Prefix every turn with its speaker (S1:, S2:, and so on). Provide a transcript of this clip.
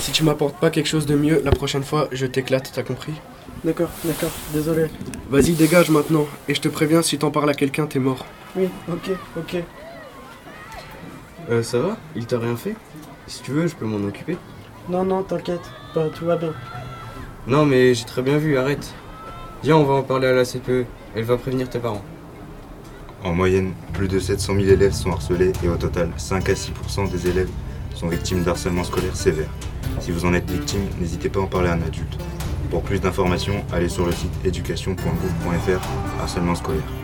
S1: Si tu m'apportes pas quelque chose de mieux, la prochaine fois, je t'éclate, t'as compris
S2: D'accord, d'accord, désolé.
S1: Vas-y, dégage maintenant, et je te préviens, si t'en parles à quelqu'un, t'es mort.
S2: Oui, ok, ok.
S3: Euh, ça va Il t'a rien fait Si tu veux, je peux m'en occuper.
S2: Non, non, t'inquiète, bah, tout va bien.
S3: Non, mais j'ai très bien vu, arrête. Viens, on va en parler à la CPE. Elle va prévenir tes parents.
S4: En moyenne, plus de 700 000 élèves sont harcelés et au total, 5 à 6 des élèves sont victimes d'harcèlement scolaire sévère. Si vous en êtes victime, n'hésitez pas à en parler à un adulte. Pour plus d'informations, allez sur le site éducation.gouv.fr harcèlement scolaire.